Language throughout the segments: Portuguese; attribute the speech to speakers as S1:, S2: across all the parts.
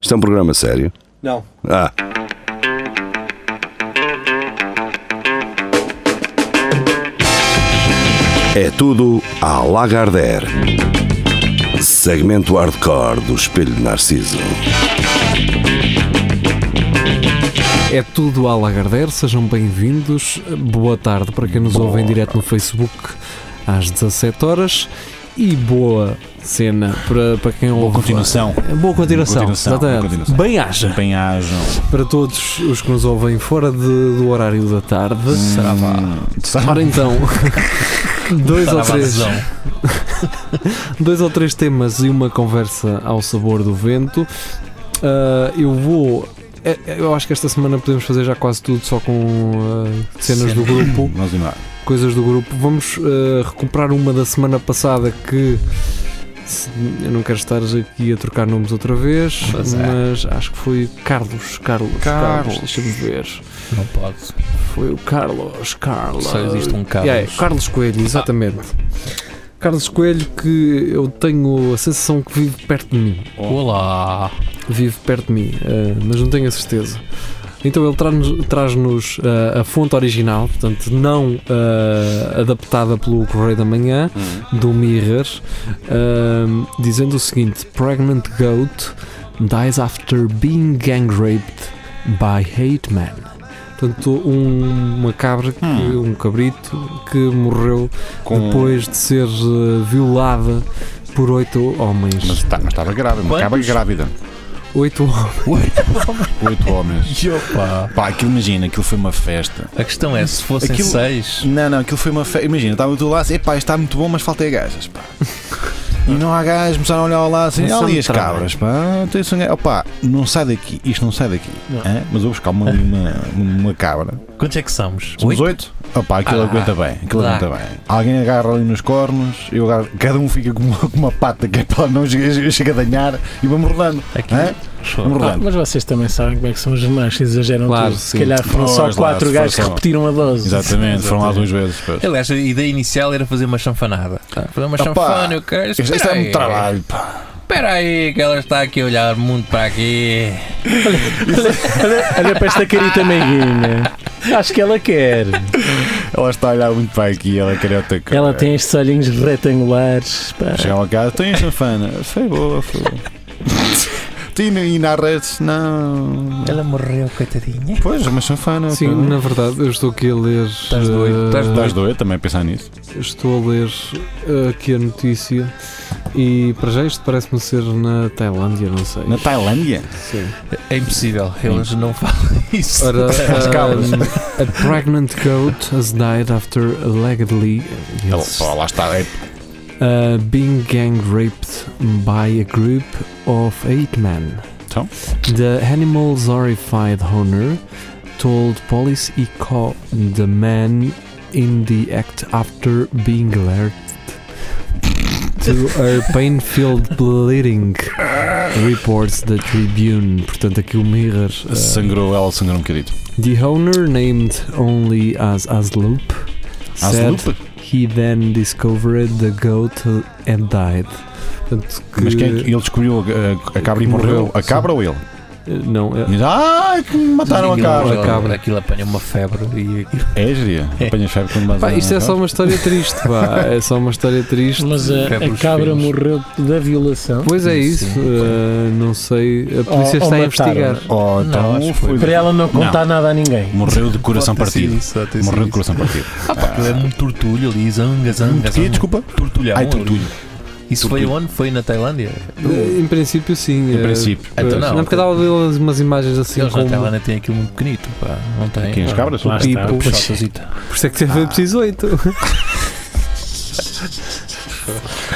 S1: Isto é um programa sério.
S2: Não.
S1: Ah, é tudo à Lagardère. Segmento hardcore do Espelho de Narciso.
S3: É tudo à Lagardère, sejam bem-vindos. Boa tarde para quem nos ouve em direto no Facebook às 17 horas e boa cena para, para quem
S4: Boa
S3: ouve.
S4: continuação.
S3: Boa continuação.
S4: Continuação,
S3: exatamente.
S4: boa continuação.
S3: Bem haja
S4: Bem ajam.
S3: para todos os que nos ouvem fora de- do horário da
S4: Hum,
S3: tarde. Ora então, dois ou três dois ou três temas e uma conversa ao sabor do vento. Ah, eu vou. eh, Eu acho que esta semana podemos fazer já quase tudo só com ah, cenas do grupo,
S4: Vamos embora.
S3: coisas do grupo. Vamos ah, recuperar uma da semana passada que se- eu não quero estar aqui a trocar nomes outra vez,
S5: Pois é.
S3: mas acho que foi Carlos, Carlos, Carlos,
S4: Carlos.
S3: deixa-me ver.
S5: Não pode.
S3: Foi o Carlos, Carlos.
S5: Só existe um Carlos.
S3: Yeah, Carlos Coelho, exatamente. Carlos Coelho, que eu tenho a sensação que vive perto de mim.
S5: Olá!
S3: Vive perto de mim, eh, mas não tenho a certeza. Então ele traz-nos traz-nos, eh, a fonte original, portanto, não eh, adaptada pelo Correio da Manhã,
S4: Uhum.
S3: do Mirror, eh, dizendo o seguinte: Pregnant Goat dies after being gang raped by hate man. Portanto, um- uma cabra, que- um cabrito, que morreu
S4: Hum. Com-
S3: depois de ser eh, violada por oito homens.
S4: Mas, tá, mas estava grávida, uma
S5: Quantos?
S4: cabra grávida.
S3: Oito homens.
S4: Oito homens.
S5: Opa.
S4: Pá, aquilo imagina, aquilo foi uma festa.
S5: A questão é, se fossem
S4: Aquilo-
S5: seis,
S4: Não, não, aquilo foi uma festa. Imagina, estava tu lá assim, epá, isto está muito bom, mas falta é gajas, pá. E não há gajas, começaram a olhar lá assim,
S3: Mas
S4: olha ali
S3: são
S4: as
S3: trabalho.
S4: cabras, pá, tem isso, opá, não sai daqui, isto não sai daqui. hã? Mas vou buscar uma, uma, uma cabra.
S5: quantos é que somos?
S4: Somos oito? Opá, aquilo
S5: Ah,
S4: aguenta bem, aquilo
S5: dá.
S4: aguenta bem. Alguém agarra ali nos cornos, eu agarro, cada um fica com uma, com uma pata que é para ela não chega chega a danhar e vamos rodando.
S5: Aqui.
S4: um- Hã? um Vamos
S6: Ah,
S4: rodando.
S6: mas vocês também sabem como é que são os machos, exageram
S3: Claro,
S6: tudo.
S3: sim.
S6: Se calhar foram
S4: Pois lá,
S6: só
S4: se
S6: quatro gajos que
S4: foram só-
S6: repetiram a dose.
S4: Exatamente, foram lá duas vezes. Pois.
S5: Aliás, a ideia inicial era fazer uma chanfanada. Tá? Fazer uma
S4: Opa.
S5: chanfana, eu quero.
S4: Isto isto é muito trabalho, pá.
S5: Espera aí, que ela está aqui a olhar muito para aqui.
S6: Olha, olha para esta carita meiguinha. Acho que ela quer.
S4: Ela está a olhar muito para aqui, ela quer outra coisa.
S6: Ela tem estes olhinhos retangulares. Pá.
S4: Chegam a casa, tem a chanfana. Foi boa, foi boa. Tu e na- e na redes, não.
S5: Ela morreu, coitadinha.
S4: Pois, uma chanfana.
S3: Sim,
S4: pá.
S3: na verdade, eu estou aqui a ler.
S5: Estás doido,
S3: eh,
S5: estás
S4: Tá Estás doido também a pensar nisso?
S3: Estou a ler eh, aqui a notícia e para já isto parece-me ser na Tailândia, não sei.
S4: Na Tailândia?
S3: Sim.
S5: É impossível, eles não falam isso.
S3: Ora,
S4: As cabras.
S3: um, a pregnant goat has died after allegedly
S4: Ela,
S3: yes,
S4: pá, lá está. É,
S3: uh, being gang raped by a group of eight men.
S4: Então?
S3: The animal's horrified owner told police he caught the man in the act after being alerted to her pain-filled bleeding, reports the Tribune. Portanto, aqui o Mirror. uh,
S4: sangrou, ela sangrou um bocadito.
S3: the owner, named only as Asloop,
S4: Às
S3: said
S4: lupa?
S3: he then discovered the goat and died. Portanto, que,
S4: Mas quem é que- ele descobriu a- a, a cabra e
S3: que
S4: morreu?
S3: morreu,
S4: A
S3: sim.
S4: cabra ou ele?
S3: Não, é-
S4: E diz, ah, que mataram a
S5: Aquilo-
S4: cabra.
S5: aquilo-
S3: cabra.
S5: Aquilo apanha uma febre e aquilo.
S4: É, Jeria? Apanhas febre quando vas
S3: Pá,
S4: a-
S3: isto é só uma história triste, pá. É só uma história triste.
S6: Mas a,
S5: É
S6: a
S5: pelos
S6: cabra
S5: filhos.
S6: morreu da violação.
S3: Pois é
S5: Sim,
S3: isso.
S5: sim.
S3: uh, não sei. A polícia
S6: Ou-
S3: está
S6: ou
S3: a investigar.
S4: Oh,
S5: Não,
S4: então
S5: acho que
S4: foi.
S5: foi-
S6: Para ela não contar nada a ninguém.
S4: Morreu de coração
S5: Pode ter sido
S4: partido.
S5: isso, pode ter sido
S4: Morreu de
S5: isso.
S4: coração partido.
S5: Ah, pá, aquilo é muito tortulho ali, zanga, zanga.
S4: Porquê?
S5: zanga.
S4: Desculpa.
S5: Tortulhão.
S4: Ai, tortulho.
S5: Isso foi onde? Foi na Tailândia?
S3: Uh, Em princípio, sim.
S4: Em
S3: uh,
S4: princípio.
S3: uh,
S5: Então não.
S3: não, porque estava a ver umas imagens assim
S5: Eles na
S3: como.
S5: Tailândia têm aquilo muito bonito, pá. Não têm.
S4: Quem as cabras?
S6: Lá está,
S3: Tipo,
S6: pois.
S3: Por isso é que teve preciso oito.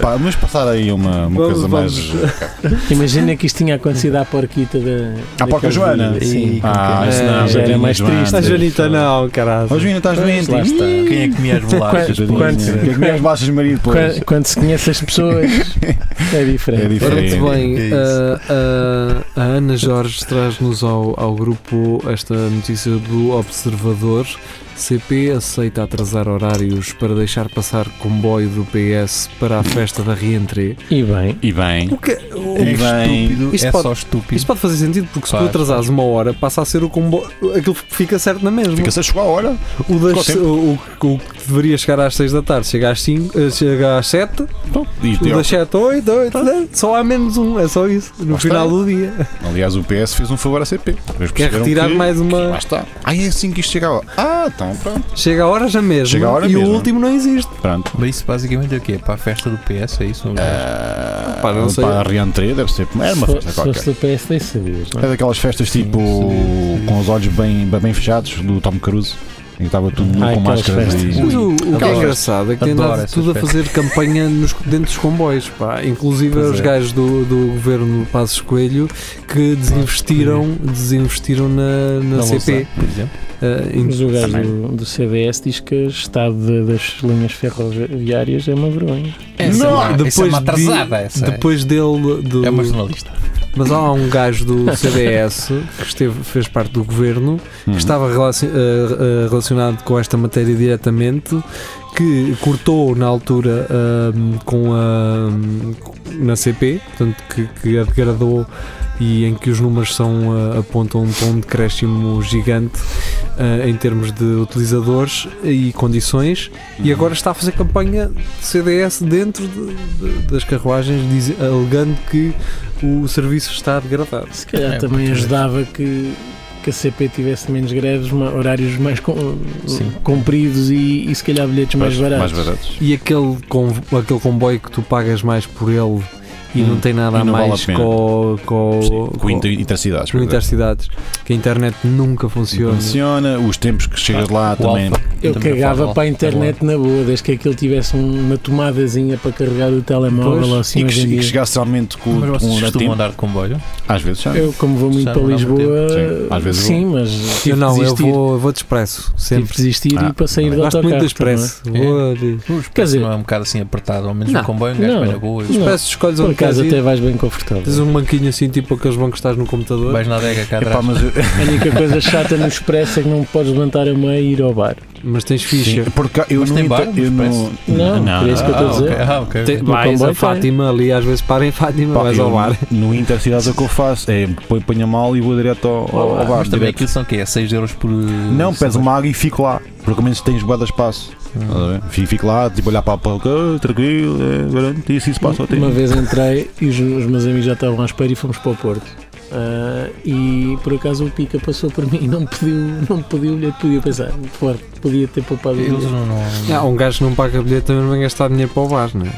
S4: Pá, vamos passar aí uma, uma
S3: Vamos,
S4: coisa
S3: vamos.
S4: mais.
S6: Imagina que isto tinha acontecido à porquita da.
S4: À
S6: da
S4: porca
S6: casinha.
S4: Joana?
S6: Sim.
S4: Ah, isso não,
S3: É, já era
S4: Joaninha,
S6: mais
S4: Joana.
S6: triste.
S3: A Janita não, caralho.
S4: Ó, Joana, estás doente?
S6: Lá está.
S5: Quem é que comia as bolachas?
S6: Quantos-
S5: pô?
S6: quantos-
S4: O que é que me as bolachas de marido depois?
S6: Quando, quando se conhece as pessoas, é diferente.
S4: É
S3: Ora,
S4: diferente.
S3: muito bem,
S5: É isso.
S3: uh, uh, a Ana Jorge traz-nos ao, ao grupo esta notícia do Observador CP aceita atrasar horários para deixar passar comboio do PS para a festa da reentrée.
S6: E bem,
S2: E bem.
S3: O que,
S4: É estúpido,
S3: Isto
S4: é
S3: pode-
S4: só estúpido.
S3: isto pode fazer sentido porque se tu
S5: Claro.
S3: atrasares uma hora passa a ser o comboio. Aquilo fica certo na mesma.
S4: Fica-se a chegar a hora.
S3: O, das,
S4: Ficou
S3: o, o- o que deveria chegar às 6 da tarde chega às, 5, eh, chega às 7,
S2: E
S3: o
S2: deu.
S3: das 7 a 8, 8, só há menos um, é só isso, no
S4: Tá. Lá está.
S3: final do dia.
S4: Aliás, o PS fez um favor à CP. Eles
S3: Quer
S4: perceberam
S3: retirar
S4: que-
S3: mais uma.
S4: Lá está. Ah, é assim que isto chega a hora. Ah, então pronto.
S3: Chega a horas a mesma
S4: Chega a hora
S3: e o
S4: mesmo.
S3: último não existe.
S2: Pronto.
S5: Mas isso basicamente é o quê? Para a festa do PS, é isso?
S4: Ah,
S3: Pá, não sei.
S4: Para a reentrée deve ser. É uma
S6: se,
S4: festa
S6: fo- se
S4: qualquer.
S6: fosse do PS, nem sabias, não
S4: É
S6: é?
S4: daquelas festas tipo
S6: Sim, sim.
S4: com os olhos bem, bem fechados do Tom Cruise, em que estava tudo nu
S6: Ah,
S4: com
S6: aquelas
S4: máscaras
S6: festas.
S4: e.
S3: Mas o, o que é
S4: Adoro.
S3: engraçado é que tem
S5: Adoro
S3: andado
S5: essas
S3: tudo a
S5: festas.
S3: fazer campanha nos, dentro dos comboios, pá. Inclusive
S6: Pois
S3: os
S6: é.
S3: gajos do, do governo Passos Coelho que desinvestiram, desinvestiram na, na
S5: Não vou
S3: CP.
S5: usar, por exemplo.
S3: Ah, em-
S6: Mas o gajo
S2: Também.
S6: do, do CDS diz que o estado de- das linhas ferroviárias é uma vergonha.
S5: Essa é uma- essa é uma
S3: de-
S5: atrasada, essa é.
S3: depois dele. Do,
S5: É uma jornalista.
S3: Mas há um gajo do CDS que esteve, fez parte do governo que estava relaci- eh, eh, relacionado com esta matéria diretamente que cortou na altura ahm, com a na CP, portanto que, que a degradou e em que os números são ah, apontam para um decréscimo gigante ah, em termos de utilizadores e condições e agora está a fazer campanha de CDS dentro de- de- das carruagens diz- alegando que o serviço está a degradar.
S6: Se calhar
S5: É,
S6: também
S5: porque-
S6: ajudava que, que a CP tivesse menos greves, ma- horários mais com-
S5: Sim.
S6: compridos e, e se calhar bilhetes mais baratos.
S4: Mais baratos.
S3: E aquele, conv- aquele comboio que tu pagas mais por ele e
S4: Hum,
S3: não tem nada
S4: e
S3: a
S4: não vale
S3: mais
S4: a pena.
S3: com, com,
S4: Sim, Com inter- intercidades. por
S3: com
S4: exemplo.
S3: intercidades, que a internet nunca funciona.
S4: Funciona, os tempos que chegas lá também.
S6: Eu
S5: Também
S6: cagava
S5: falo.
S6: para a internet na boa, desde que aquilo tivesse um- uma tomadazinha para carregar o telemóvel
S3: Pois.
S6: ou assim
S4: E que,
S6: hoje em
S4: e que
S6: dia.
S4: chegasse realmente com,
S5: Mas
S4: com
S5: vocês
S4: a
S5: costumam
S4: tempo.
S5: andar de comboio?
S4: Às vezes já.
S6: Eu, como vou muito
S5: Já
S6: para
S5: não dá muito
S6: Lisboa,
S4: tempo. Sim, às vezes
S6: sim, mas tive
S3: eu não,
S6: de
S3: eu
S6: desistir.
S3: vou, eu vou de expresso,
S6: Tive de
S3: sempre.
S6: desistir
S4: Ah,
S6: e para sair do
S3: Gosto
S6: autocarro. é?
S3: muito do
S6: também.
S3: expresso.
S5: também.
S3: Vou eh, de-
S5: Quer
S6: dizer-
S5: dizer, não é um bocado assim apertado, ao menos
S3: Não.
S5: no comboio um gajo
S6: Não.
S5: vai na boa.
S6: Não.
S3: Expresso, escolhes
S6: Por
S3: onde queres
S6: acaso
S3: ir.
S6: até vais bem confortável.
S3: Tens um banquinho assim, tipo aqueles bancos que estás no computador.
S5: Vais na adega cá
S4: Epá,
S5: atrás.
S4: mas é eu-
S6: A única coisa chata no expresso é que não podes levantar a meia e ir ao bar.
S3: Mas tens
S4: Sim,
S3: ficha.
S4: porque eu
S5: Mas
S4: não
S5: tem
S4: inter-
S5: bar no
S4: eu não-
S5: Expresso?
S6: Não, por isso que eu estou a
S5: Ah, ok.
S6: dizer.
S5: Ah, ok.
S3: Tem,
S6: No
S3: vais
S6: comboio
S3: a
S6: tem.
S3: Fátima ali, às vezes para em Fátima,
S4: Pá,
S3: vais
S4: eu
S3: ao bar.
S4: No Intercidades é o que eu faço. É ponho- ponho a mal e vou direto ao, ao, ao bar.
S5: Mas também
S4: direto.
S5: aquilo são o quê? É 6 euros por.
S4: Não, pedes uma água e fico lá. Porque ao menos tens boa de espaço. Estás a ver? Fico, fico lá, tipo, olhar para a palco, "Ah, tranquilo, é, garanto, isso, isso passa ao
S6: Uma
S4: tempo.
S6: vez entrei e os, os meus amigos já estavam à espera e fomos para o Porto. Ah, e por acaso o Pica passou por mim e não me pediu, não me pediu o bilhete, podia pensar, claro, podia ter poupado o
S5: Eles
S6: bilhete.
S5: não. não-
S3: Ah, um gajo que não paga bilhete também não vai gastar dinheiro para o bar, não é?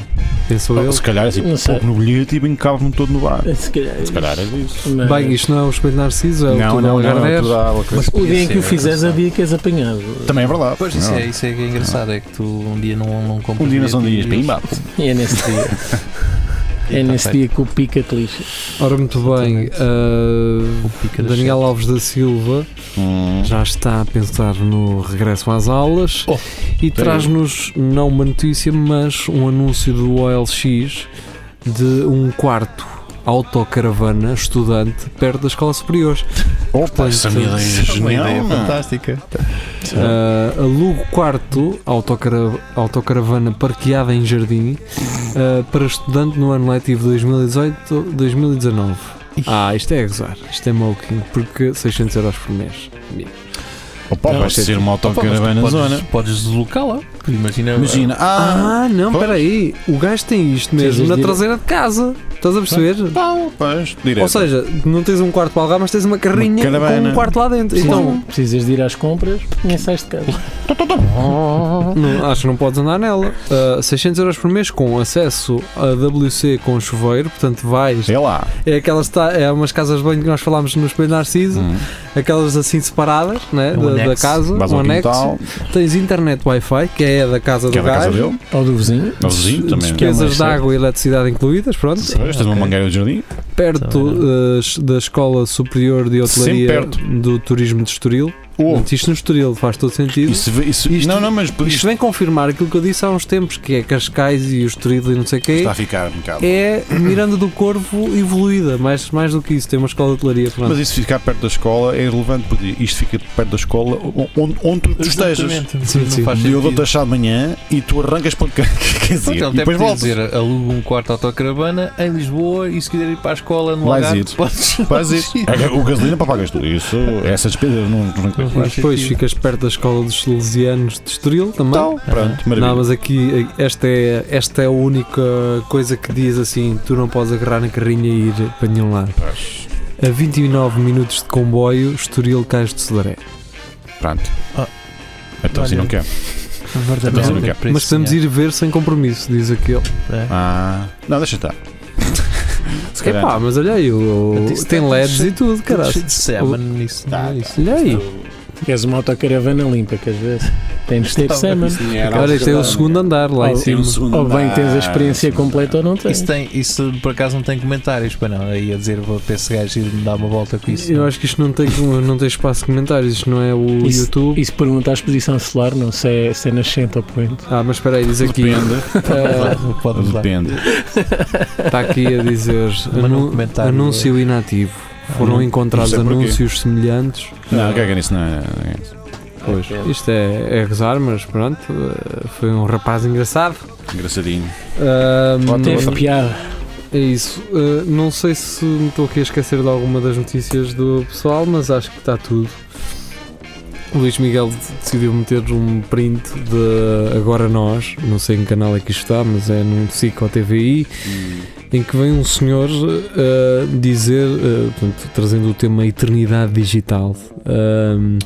S3: Pensou ele.
S4: Se calhar é assim,
S6: Não sei.
S4: pouco no bilhete e bem cabo-me todo no bar.
S6: Se calhar,
S4: Se calhar é isso.
S6: mas-
S3: Bem, isto não é o espelho Narciso, é o
S4: Não,
S3: tudo
S4: não, não,
S3: Algarve.
S4: não, tudo à alacrã.
S6: o dia em que o
S5: Sim,
S6: fizeres
S5: é
S6: é o dia que és apanhado.
S4: Também é verdade.
S5: Pois isso
S4: Não.
S5: é, isso é que é engraçado, é que tu um dia não, não compras.
S4: Um dia não são dias,
S5: bilhete e-
S4: pimba.
S6: E é nesse dia.
S5: E
S6: É
S5: tá
S6: nesse
S5: feito.
S6: dia que o Pica te lixa.
S3: Ora, muito bem. ah,
S5: Pica das
S3: Daniel Alves da Silva
S4: Hum.
S3: já está a pensar no regresso às aulas
S5: Oh,
S3: e traz-nos não uma notícia, mas um anúncio do OLX de um quarto autocaravana estudante perto da escola superior.
S4: Opa, essa é uma ideia
S5: sete. Uma ideia
S4: genial. mano.
S5: fantástica.
S4: Tá.
S3: Ah, alugo quarto autocara- autocaravana parqueada em jardim ah, para estudante no ano letivo 2018-2019. Ah, isto é a gozar, isto é mocking, porque 600 euros por mês.
S4: Opa,
S6: Não,
S4: vai
S6: sei.
S4: ser uma autocaravana na
S5: Podes-
S4: zona.
S5: Podes deslocá-la. porque Imagina.
S4: Imagina, ah,
S3: Ah, não,
S4: pois.
S3: espera aí. O gajo tem isto mesmo
S6: Tens
S3: na
S6: as dire-
S3: traseira de casa. Estás a perceber?
S4: pau, pois, Tá. direto.
S3: Ou seja, não tens um quarto para alugar, mas tens uma carrinha
S4: Uma
S3: com
S4: caravana.
S3: um quarto lá dentro. Então,
S6: Então, precisas de ir às compras, nem sais de casa.
S3: não, acho que não podes andar nela. Ah, 600 euros por mês com acesso a WC com chuveiro, portanto vais.
S4: é lá.
S3: É aquelas ta- é umas casas de banho que nós falámos no Espelho Narciso,
S4: Hum. É
S3: aquelas assim separadas, né,
S5: Um
S3: da- da,
S5: anexo.
S3: casa,
S4: Vais
S3: um
S4: ao
S3: anexo.
S4: quintal,
S3: Tens internet Wi-Fi, que é da casa
S4: que é
S3: do
S4: da casa
S3: gajo.
S4: dele,
S6: Ou do vizinho.
S4: ao vizinho também.
S6: Que é mais
S3: Despesas de
S6: certo.
S3: água e eletricidade incluídas, pronto.
S4: Pois, Tens uma
S5: ok.
S4: mangueira no jardim.
S3: perto
S5: Também
S3: eh, da Escola Superior de
S4: Sempre
S3: Hotelaria
S4: perto.
S3: do Turismo de Estoril.
S4: Ou,
S3: Portanto, isto no Estoril faz todo sentido.
S4: isso, vê- isso,
S3: Isto-
S4: não, não, mas por
S3: Isto
S4: isto
S3: vem confirmar aquilo que eu disse há uns tempos, que é Cascais e o Estoril e não sei o quê.
S4: está a ficar um bocado.
S3: É Miranda do Corvo evoluída, mais, mais do que isso. Tem uma escola de hotelaria. Pronto.
S4: Mas isso ficar perto da escola é irrelevante, porque isto fica perto da escola o- onde, onde tu estejas.
S6: Exatamente.
S3: Sim, sim.
S5: Não faz
S4: E eu
S5: sentido.
S4: dou-te a chá de manhã e tu arrancas para o
S3: é
S4: que quer
S3: um
S5: Pronto,
S4: dizer,
S5: é ele
S4: e
S5: até
S4: depois
S5: podia
S4: voltas.
S5: dizer, aluga um quarto de autocaravana em Lisboa e se quiser ir para a escola no
S4: Vais
S5: Algarve,
S4: ir.
S5: podes
S4: Vais ir. É, O gasolina para pagas tu. Isso, essas despesas não, não, não
S3: E depois
S5: sentido.
S3: ficas perto da escola dos Salesianos de Estoril também.
S5: Então,
S4: Tal, pronto, maravilha.
S3: Não, mas aqui esta é, esta é a única coisa que diz assim: tu não podes agarrar na carrinha e ir para nenhum lado.
S4: Pois.
S3: A 29 minutos de comboio, Estoril Cais de Cedaré.
S4: Pronto.
S6: Ah.
S4: Então assim
S6: Olha.
S4: não quer.
S6: Verdadeiro.
S4: Mas não quer.
S5: Por isso,
S3: Mas podemos
S5: senhor.
S3: ir ver sem compromisso, diz aquele.
S6: É.
S4: Ah. Não, deixa estar. Se calhar.
S3: Epá, mas olha aí, o-
S5: Mas isso
S3: tem
S5: está
S3: LEDs
S5: cheio-
S3: e tudo,
S5: é Tudo
S3: caralho.
S5: cheio de semen nisso. é?
S4: Tá,
S3: Olha isso, Olha aí.
S6: Queres uma autocaravana limpa, queres ver? Tens de ter
S5: Talvez
S6: semen.
S5: Tá, isso não Oh, era
S3: Olha, isto é o
S5: algo
S3: segundo andar lá em
S6: Ou-
S3: cima.
S6: Ou bem tens a experiência completa ou não
S5: que-
S6: tens.
S5: Isso, tem, isso por acaso não tem comentários para não. Aí a dizer vou para esse gajo ir me dar uma volta com isso.
S3: Eu acho que isto não tem, não tem espaço de comentários, isto não é o
S6: Isso-
S3: YouTube.
S6: E se pergunta à exposição solar, não sei se é nascente ou poente.
S3: Ah, mas espera aí, diz aqui. Ah,
S5: Pode usar.
S4: Depende.
S3: Está Tá aqui a dizer
S5: Mas num
S3: anu-
S5: comentário- é- Ah,
S3: anúncio inativo. Foram
S4: não-
S3: encontrados
S4: não sei porquê.
S3: anúncios semelhantes.
S4: Não, caga nisso, não é- não é. isso.
S3: Pois, isto é, é gozar, mas pronto. eh, Foi um rapaz engraçado.
S4: Engraçadinho.
S3: Ahm,
S4: Outra-
S6: Teve piada.
S3: é isso. Eh, não sei se me estou aqui a esquecer de alguma das notícias do pessoal, mas acho que está tudo. O Luís Miguel de- decidiu meter um print de Agora Nós, não sei em que canal é que isto está, mas é num SIC ou TVI, em que vem um senhor eh, dizer, eh, portanto, trazendo o tema Eternidade Digital ehm,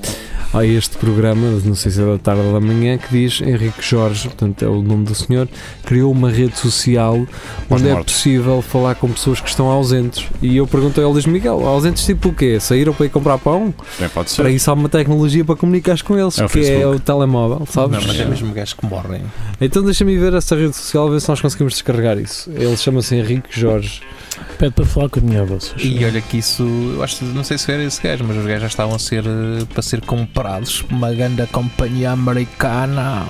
S3: a este programa, não sei se é da tarde ou da manhã, que diz Henrique Jorge, portanto é o nome do senhor, criou uma rede social onde é
S4: mortos.
S3: possível falar com pessoas que estão ausentes. E eu perguntei ao Luís Miguel, ausentes tipo o quê? Saíram para ir comprar pão?
S4: Bem, pode ser.
S3: Para isso há uma tecnologia para comunicares com eles,
S4: É o
S3: que é
S4: Facebook.
S3: o telemóvel, sabes?
S5: Não, mas é mesmo gajos que morrem.
S3: Então deixa-me ver essa rede social, ver se nós conseguimos descarregar isso. Ele chama-se Henrique Jorge.
S6: Pede para falar com a minha avó. se faz
S5: E
S6: favor.
S5: olha que isso, eu acho, não sei se era esse gajo, mas os gajos já estavam a ser eh, para ser comprados por uma grande companhia americana.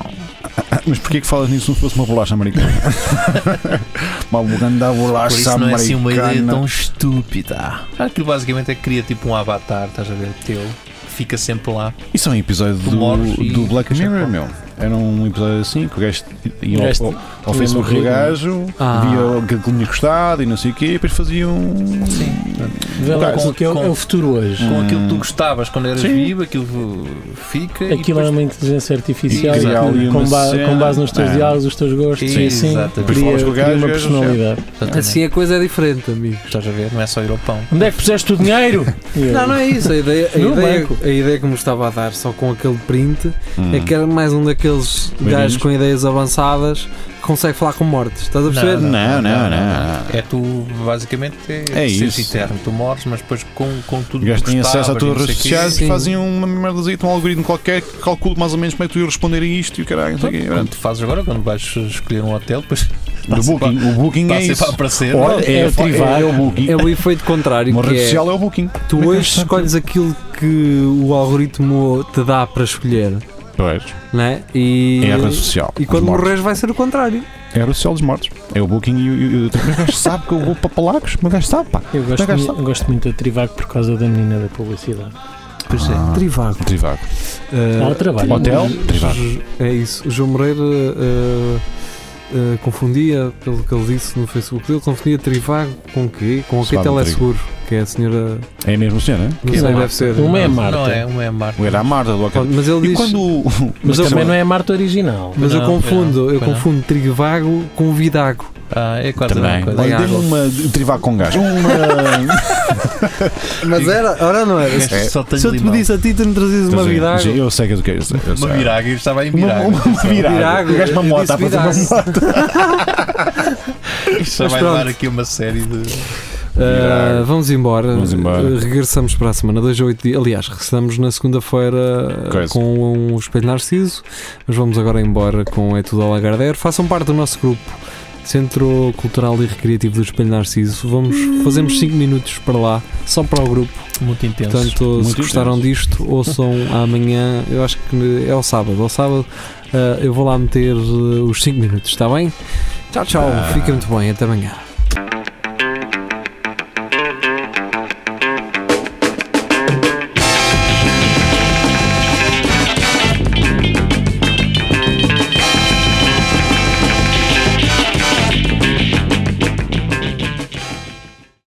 S4: Ah, Mas porquê que falas nisso como se fosse uma bolacha americana? uma grande
S5: Por
S4: bolacha
S5: isso não é assim uma ideia
S4: americana.
S5: tão estúpida. Aquilo basicamente é que cria tipo um avatar, estás a ver, teu, que fica sempre lá.
S4: Isso é um episódio do,
S5: Tu morres e
S4: do Black
S5: deixa
S4: Mirror,
S5: de
S4: meu. Era um episódio assim que o gajo ia
S6: O
S4: ao,
S6: gajo
S4: ao, ao
S6: tinha
S4: Facebook do
S6: morrido,
S4: gajo,
S3: Ah.
S4: via o que tinha gostado e não sei o quê, e depois fazia um.
S5: Sim.
S6: Vê lá
S5: Com-
S6: como que é, o-
S5: com-
S6: é o futuro hoje.
S5: Com
S4: Hum.
S5: aquilo que tu gostavas quando eras
S4: Sim.
S5: vivo, aquilo fica. e
S6: Aquilo é
S5: depois-
S6: uma inteligência artificial
S5: E criar
S6: que,
S4: ali
S6: com,
S4: uma
S6: ba-
S4: cena.
S6: com base nos teus
S4: É.
S6: diálogos, os teus gostos e assim
S5: Exatamente.
S4: Depois
S6: cria,
S4: falas com o
S6: cria
S4: gajo,
S6: uma
S4: o gajo já-
S6: personalidade.
S3: Assim a coisa é diferente, amigo.
S5: Estás a ver? Não é só ir ao pão.
S6: Onde é que puseste o dinheiro? E eu-
S3: Não, não é isso. A ideia, a
S6: No
S3: ideia,
S6: banco.
S3: a ideia que me estava a dar só com aquele print
S4: Hum.
S3: é que era mais um daqueles
S4: Bem-vindos.
S3: gajos com ideias avançadas que consegue falar com mortes. Estás a perceber?
S4: Não, não, não. não.
S5: É tu, basicamente, é,
S4: É
S5: seres
S4: isso.
S5: eterno. Tu morres, mas depois com, com tudo
S4: Os gajos
S5: que
S4: têm acesso a
S5: gostavas e
S4: todas as
S5: não sei
S4: redes
S5: o quê.
S4: sociais
S3: Sim.
S4: e fazem uma merdazinha, um algoritmo qualquer que calcula mais ou menos como é que tu ias responder a isto e o caralho. não sei o quê.
S5: Como tu fazes agora, quando vais escolher um hotel, depois
S4: Do
S5: passa
S4: Booking. O Booking
S5: para,
S4: é
S5: passa
S4: isso.
S5: para aparecer.
S4: Olha,
S6: É o Trivago.
S4: é o Booking.
S3: É o efeito contrário,
S4: Uma
S3: que
S4: rede
S3: é,
S4: social é o Booking.
S3: tu hoje escolhes aquilo que o algoritmo te dá para escolher,
S4: Pois.
S3: não é? E,
S4: É a rede social.
S3: e quando
S4: dos mortos.
S3: morreres vai ser o contrário.
S4: É a rede social dos mortos. É o Booking e o- e o. e o- Mas o gajo sabe que eu vou para Palacos. Mas o gajo sabe, pá.
S6: Eu gosto,
S4: Não gasta-
S6: mui- gosto muito da Trivago por causa da menina da publicidade.
S5: Pois é.
S4: Ah,
S3: Trivago.
S4: Trivago.
S3: Uh,
S6: Lá ao trabalho.
S4: Hotel,
S3: Jo-
S4: privado.
S3: É isso. O João Moreira uh, uh, confundia, pelo que ele disse no Facebook dele, confundia Trivago com o quê? Com o que
S4: Suave
S3: Teleseguro, que é a senhora.
S4: É a mesma cena, né?
S3: Não
S5: Que
S3: sei,
S5: é
S3: deve
S5: Marta.
S3: ser.
S6: Uma é Marta,
S5: Não é, uma é Marta.
S4: Ou Era a Marta do Academy.
S3: Mas ele
S4: E
S3: diz.
S4: quando.
S6: mas
S3: eu-
S6: também não é a Marta original.
S3: Mas eu
S5: Não,
S3: confundo,
S5: foi não,
S3: eu
S5: foi não.
S3: confundo Trivago com Vidago.
S5: Ah, é quase a
S4: Também.
S5: mesma coisa.
S4: Olha,
S3: Gago.
S4: dê-me uma de- Trivago com gás. Uma.
S3: Mas era, ora não era.
S5: Este Só tem
S3: Se eu te
S5: limão.
S3: pedisse a ti, tu me trazias uma Vidago.
S4: Eu sei que é do que é isso. Eu sei.
S5: Uma viraga, eu estava em
S4: Uma,
S5: viraga.
S4: uma virada.
S3: Virago,
S4: O gajo é uma
S3: eu
S4: moto
S3: disse
S4: a fazer uma
S3: virago.
S4: moto.
S5: Isto
S3: Mas
S5: vai
S3: pronto.
S5: dar aqui uma série de.
S3: Uh,
S4: Vidago.
S3: vamos embora.
S4: Vamos embora.
S3: Uh, regressamos para a semana, 2 a 8 dias. Aliás, regressamos na segunda-feira uh,
S4: Coisa.
S3: com um espelho narciso. Mas vamos agora embora com É Tudo ao Lagardeiro. Façam parte do nosso grupo Centro Cultural e Recreativo do Espelho Narciso. Vamos, fazemos 5 minutos para lá, só para o grupo.
S5: Muito intenso.
S3: Portanto, se
S4: Muito
S3: gostaram disto, ouçam amanhã. Eu acho que é ao sábado. Ao sábado tá
S4: Tá.
S3: ah, eu vou lá meter ah, os 5 minutos, está bem? Tchau, tchau. Fica muito bem. Até amanhã.